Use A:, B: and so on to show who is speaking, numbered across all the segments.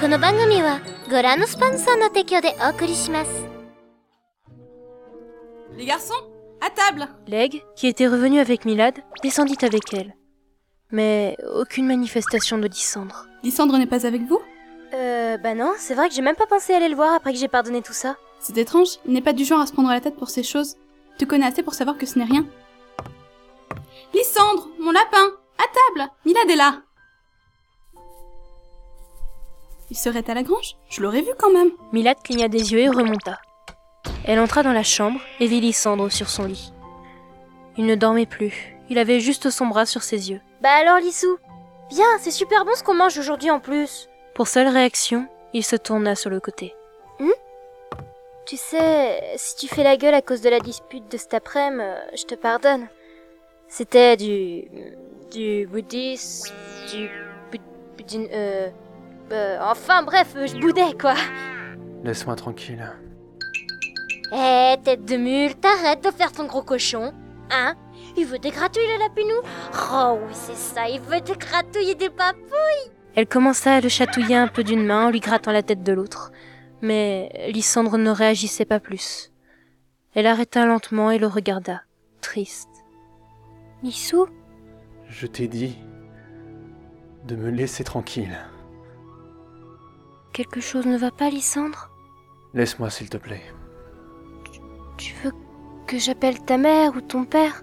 A: この番組はご覧のスパンサーの提供でお送りします
B: Les garçons, à table
C: Leg, qui était revenu avec Milad, descendit avec elle. Mais aucune manifestation de Lysandre.
B: Lysandre n'est pas avec vous
C: Euh, bah non, c'est vrai que j'ai même pas pensé aller le voir après que j'ai pardonné tout ça.
B: C'est étrange, il n'est pas du genre à se prendre la tête pour ces choses. Tu connais assez pour savoir que ce n'est rien. Lysandre, mon lapin À table Milad est là Il serait à la grange Je l'aurais vu quand même
C: Milad cligna des yeux et remonta. Elle entra dans la chambre et vit Lysandre sur son lit. Il ne dormait plus, il avait juste son bras sur ses yeux.
A: Bah alors Lissou Bien, c'est super bon ce qu'on mange aujourd'hui en plus
C: Pour seule réaction, il se tourna sur le côté.
A: Tu sais, si tu fais la gueule à cause de la dispute de cet après-midi, euh, je te pardonne. C'était du... du bouddhisme... du... bou- d'une... euh... euh, enfin bref, euh, je boudais quoi
D: Laisse-moi tranquille.
A: Eh, tête de mule, t'arrêtes de faire ton gros cochon. Hein Il veut des gratouilles, le lapinou Oh oui, c'est ça, il veut des gratouilles et des papes
C: Elle commença à le chatouiller un peu d'une main en lui grattant la tête de l'autre, mais Lysandre ne réagissait pas plus. Elle arrêta lentement et le regarda, triste. Missou
D: Je t'ai dit de me laisser tranquille.
C: Quelque chose ne va pas, Lysandre
D: Laisse-moi s'il te plaît.
C: Tu veux que j'appelle ta mère ou ton père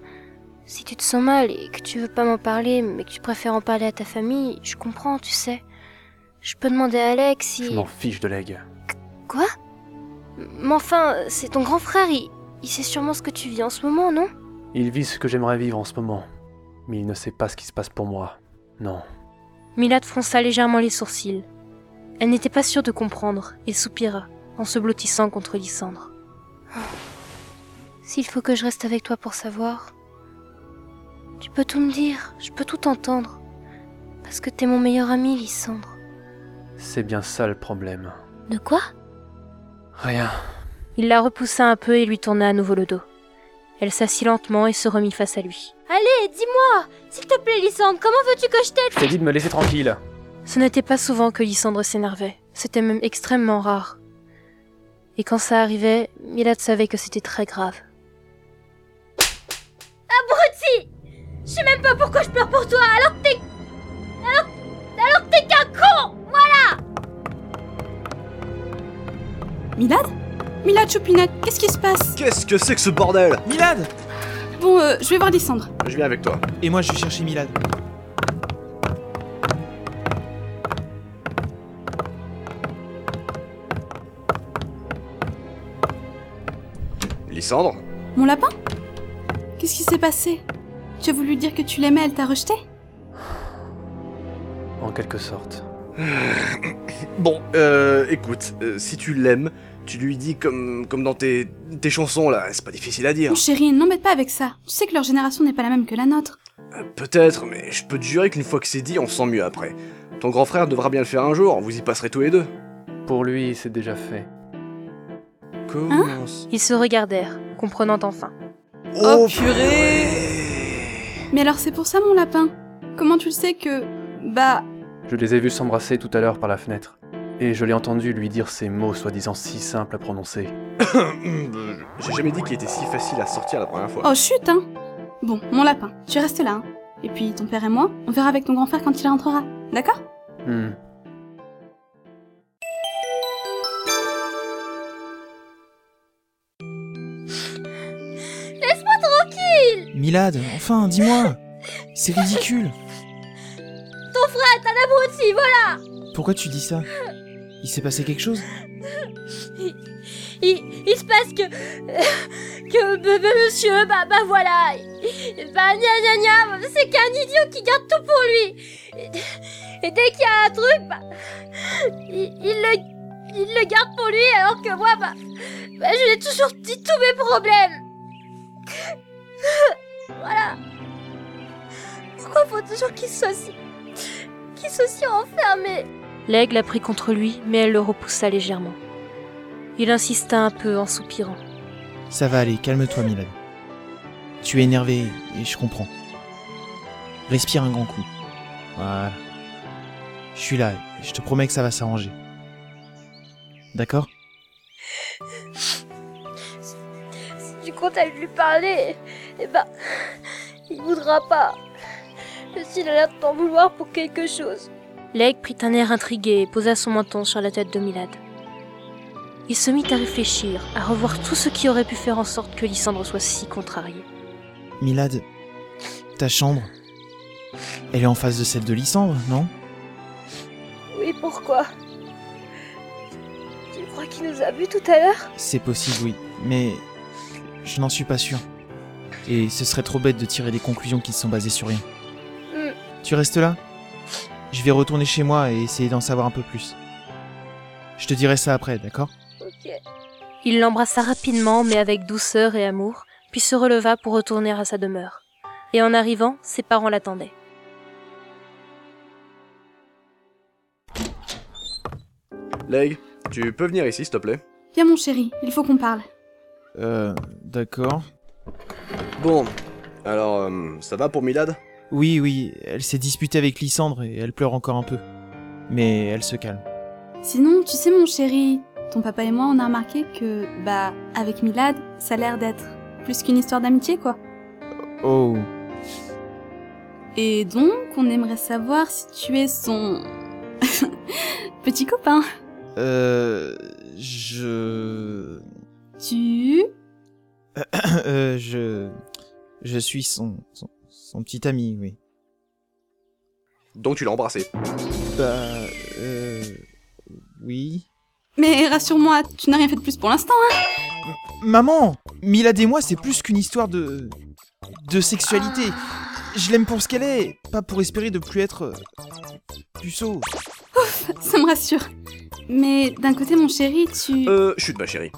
C: Si tu te sens mal et que tu veux pas m'en parler, mais que tu préfères en parler à ta famille, je comprends, tu sais. Je peux demander à Alex si...
D: Je m'en fiche de l'aigle.
C: Quoi Mais enfin, c'est ton grand frère, il... il sait sûrement ce que tu vis en ce moment, non
D: Il vit ce que j'aimerais vivre en ce moment, mais il ne sait pas ce qui se passe pour moi. Non.
C: Milad fronça légèrement les sourcils. Elle n'était pas sûre de comprendre et soupira en se blottissant contre Lysandre. S'il faut que je reste avec toi pour savoir, tu peux tout me dire, je peux tout entendre. Parce que t'es mon meilleur ami, Lysandre.
D: C'est bien ça le problème.
C: De quoi
D: Rien.
C: Il la repoussa un peu et lui tourna à nouveau le dos. Elle s'assit lentement et se remit face à lui.
A: Allez, dis-moi S'il te plaît, Lysandre, comment veux-tu que je t'aide
D: Je t'ai dit de me laisser tranquille.
C: Ce n'était pas souvent que Lysandre s'énervait, c'était même extrêmement rare. Et quand ça arrivait, Milad savait que c'était très grave.
A: Abruti Je sais même pas pourquoi je pleure pour toi, alors que t'es... Alors... Alors que t'es qu'un con
B: Milad Milad Choupinade, qu'est-ce qui se passe
E: Qu'est-ce que c'est que ce bordel
F: Milad
B: Bon, euh, je vais voir Lysandre.
E: Je viens avec toi.
F: Et moi, je vais chercher Milad.
E: Lysandre
B: Mon lapin Qu'est-ce qui s'est passé Tu as voulu dire que tu l'aimais, elle t'a rejeté
D: En quelque sorte.
E: Bon, euh, écoute, euh, si tu l'aimes, tu lui dis comme, comme dans tes, tes chansons là, c'est pas difficile à dire.
B: Mon chéri, n'embête pas avec ça. Tu sais que leur génération n'est pas la même que la nôtre.
E: Euh, Peut-être, mais je peux te jurer qu'une fois que c'est dit, on se sent mieux après. Ton grand frère devra bien le faire un jour, vous y passerez tous les deux.
D: Pour lui, c'est déjà fait.
E: Commence.
C: Ils se regardèrent, comprenant enfin.
F: Oh, purée
E: purée.
B: Mais alors c'est pour ça mon lapin Comment tu le sais que... Bah...
D: Je les ai vus s'embrasser tout à l'heure par la fenêtre. Et je l'ai entendu lui dire ces mots soi-disant si simples à prononcer.
E: J'ai jamais dit qu'il était si facile à sortir la première fois.
B: Oh chut hein Bon, mon lapin, tu restes là. hein. Et puis ton père et moi, on verra avec ton grand frère quand il rentrera. D'accord
D: Hmm.
F: Milad, enfin, dis-moi C'est ridicule
A: Ton frère est un abruti, voilà
F: Pourquoi tu dis ça Il s'est passé quelque chose
A: il, il se passe que... que b- b- monsieur, bah, bah voilà Bah gna gna gna, c'est qu'un idiot qui garde tout pour lui Et, et dès qu'il y a un truc, bah... Il, il le... il le garde pour lui alors que moi, bah... bah, je lui ai toujours dit tous mes problèmes Voilà Pourquoi faut toujours qu'il soit si... qu'il soit si enfermé
C: L'aigle la prit contre lui, mais elle le repoussa légèrement. Il insista un peu en soupirant.
F: Ça va aller, calme-toi, Milad. Tu es énervé, et je comprends. Respire un grand coup. Voilà. Je suis là, et je te promets que ça va s'arranger. d'accord
A: Si tu comptes aller lui parler, eh ben, il voudra pas. S'il a l'air de t'en vouloir pour quelque chose.
C: Lake prit un air intrigué et posa son menton sur la tête de Milad. Il se mit à réfléchir, à revoir tout ce qui aurait pu faire en sorte que Lysandre soit si contrariée.
F: Milad, ta chambre, elle est en face de celle de Lysandre, non
A: Oui, pourquoi Tu crois qu'il nous a vus tout à l'heure
F: C'est possible, oui, mais je n'en suis pas sûr. Et ce serait trop bête de tirer des conclusions qui ne sont basées sur rien.
A: Mm.
F: Tu restes là Je vais retourner chez moi et essayer d'en savoir un peu plus. Je te dirai ça après, d'accord
A: Ok.
C: Il l'embrassa rapidement, mais avec douceur et amour, puis se releva pour retourner à sa demeure. Et en arrivant, ses parents l'attendaient.
E: Leg, tu peux venir ici, s'il te plaît
B: Viens mon chéri, il faut qu'on parle.
F: Euh, d'accord.
E: Bon, alors, euh, ça va pour Milad
F: Oui, oui, elle s'est disputée avec Lysandre et elle pleure encore un peu. Mais elle se calme.
B: Sinon, tu sais mon chéri, ton papa et moi on a remarqué que, bah, avec Milad, ça a l'air d'être plus qu'une histoire d'amitié quoi.
F: Oh,
B: Et donc, on aimerait savoir si tu es son... Petit copain.
F: euh... Je...
B: Tu...
F: Euh, je... Je suis son... son... son petit ami, oui.
E: Donc tu l'as embrassé.
F: Bah... Euh... Oui...
B: Mais rassure-moi, tu n'as rien fait de plus pour l'instant.
F: Maman Milad et moi, c'est plus qu'une histoire de... de sexualité.
A: Ah,
F: Je l'aime pour ce qu'elle est, pas pour espérer de plus être... euh, puceau.
B: hein. Ça me rassure. Mais d'un côté, mon chéri, tu...
E: Euh, chut ma chérie.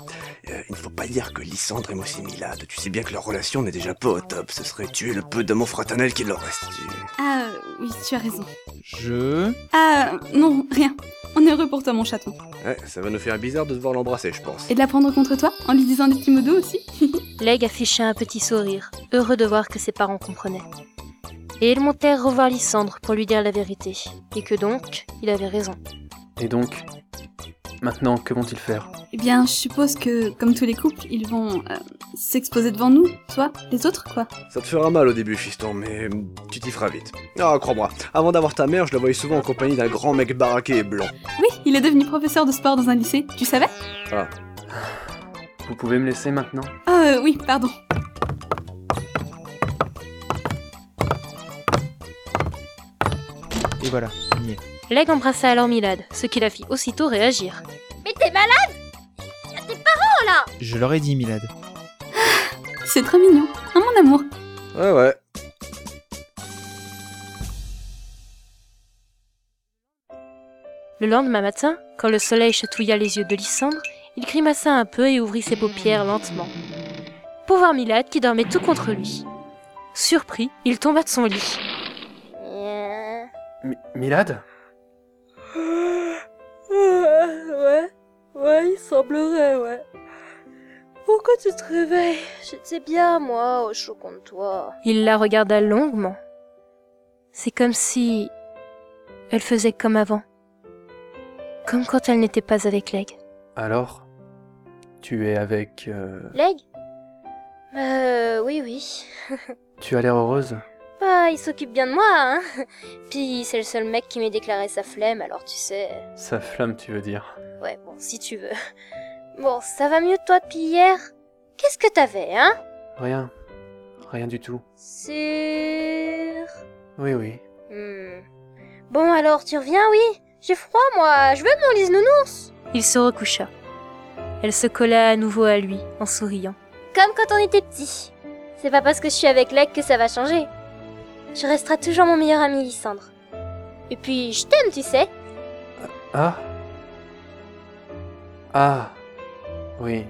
E: Euh, il ne faut pas dire que Lysandre aime aussi Milad. Tu sais bien que leur relation n'est déjà pas au top. Ce serait tuer le peu d'amour fraternel qu'il leur reste. Tu-
B: Ah oui, tu as raison.
F: Je...
B: Ah non, rien. On est heureux pour toi, mon chaton.
E: Ouais, ça va nous faire bizarre de devoir l'embrasser, je pense.
B: Et de la prendre contre toi, en lui disant des petits mots doux aussi.
C: Leg afficha un petit sourire, heureux de voir que ses parents comprenaient. Et ils montèrent revoir Lysandre pour lui dire la vérité, et que donc, il avait raison.
D: Et donc, maintenant, que vont-ils faire
B: Eh bien, je suppose que, comme tous les couples, ils vont euh, s'exposer devant nous, toi, les autres, quoi.
E: Ça te fera mal au début, fiston, mais hum, tu t'y feras vite. Ah, crois-moi, avant d'avoir ta mère, je la voyais souvent en compagnie d'un grand mec baraqué et blanc.
B: Oui, il est devenu professeur de sport dans un lycée, tu savais
D: Vous pouvez me laisser maintenant
B: Ah euh, oui, pardon.
F: Et voilà, on y est.
C: Leg embrassa alors Milad, ce qui la fit aussitôt réagir.
A: Mais t'es malade
F: Je leur ai dit, Milad.
B: C'est très mignon, hein, mon amour
E: Ouais, ouais.
C: Le lendemain matin, quand le soleil chatouilla les yeux de Lysandre, il grimaça un peu et ouvrit ses paupières lentement. Pour voir Milad qui dormait tout contre lui. Surpris, il tomba de son lit.
D: Mi- Milad
A: Ouais, ouais, il semblerait, ouais. Pourquoi tu te réveilles J'étais bien, moi, au chaud contre toi.
C: Il la regarda longuement. C'est comme si elle faisait comme avant. Comme quand elle n'était pas avec Leg.
D: Alors Tu es avec... euh,
A: Leg Euh, oui, oui.
D: Tu as l'air heureuse
A: Bah, il s'occupe bien de moi, hein. Puis c'est le seul mec qui m'ait déclaré sa flemme, alors tu sais.
D: Sa flamme, tu veux dire
A: Ouais, bon, si tu veux. Bon, ça va mieux toi depuis hier Qu'est-ce que t'avais, hein
D: Rien. Rien du tout.
A: Sûr.
D: Oui, oui.
A: Hmm. Bon, alors tu reviens, oui J'ai froid, moi. Je veux mon lise-nounours.
C: Il se recoucha. Elle se colla à nouveau à lui, en souriant.
A: Comme quand on était petit. C'est pas parce que je suis avec Leg que ça va changer. Je resterai toujours mon meilleur ami, Lysandre. Et puis, je t'aime, tu sais.
D: Ah Ah Oui.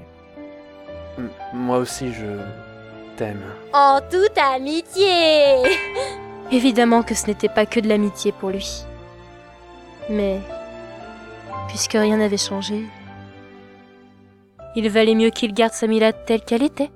D: M- moi aussi, je t'aime.
A: En toute amitié
C: Évidemment que ce n'était pas que de l'amitié pour lui. Mais, puisque rien n'avait changé, il valait mieux qu'il garde sa Milad telle qu'elle était,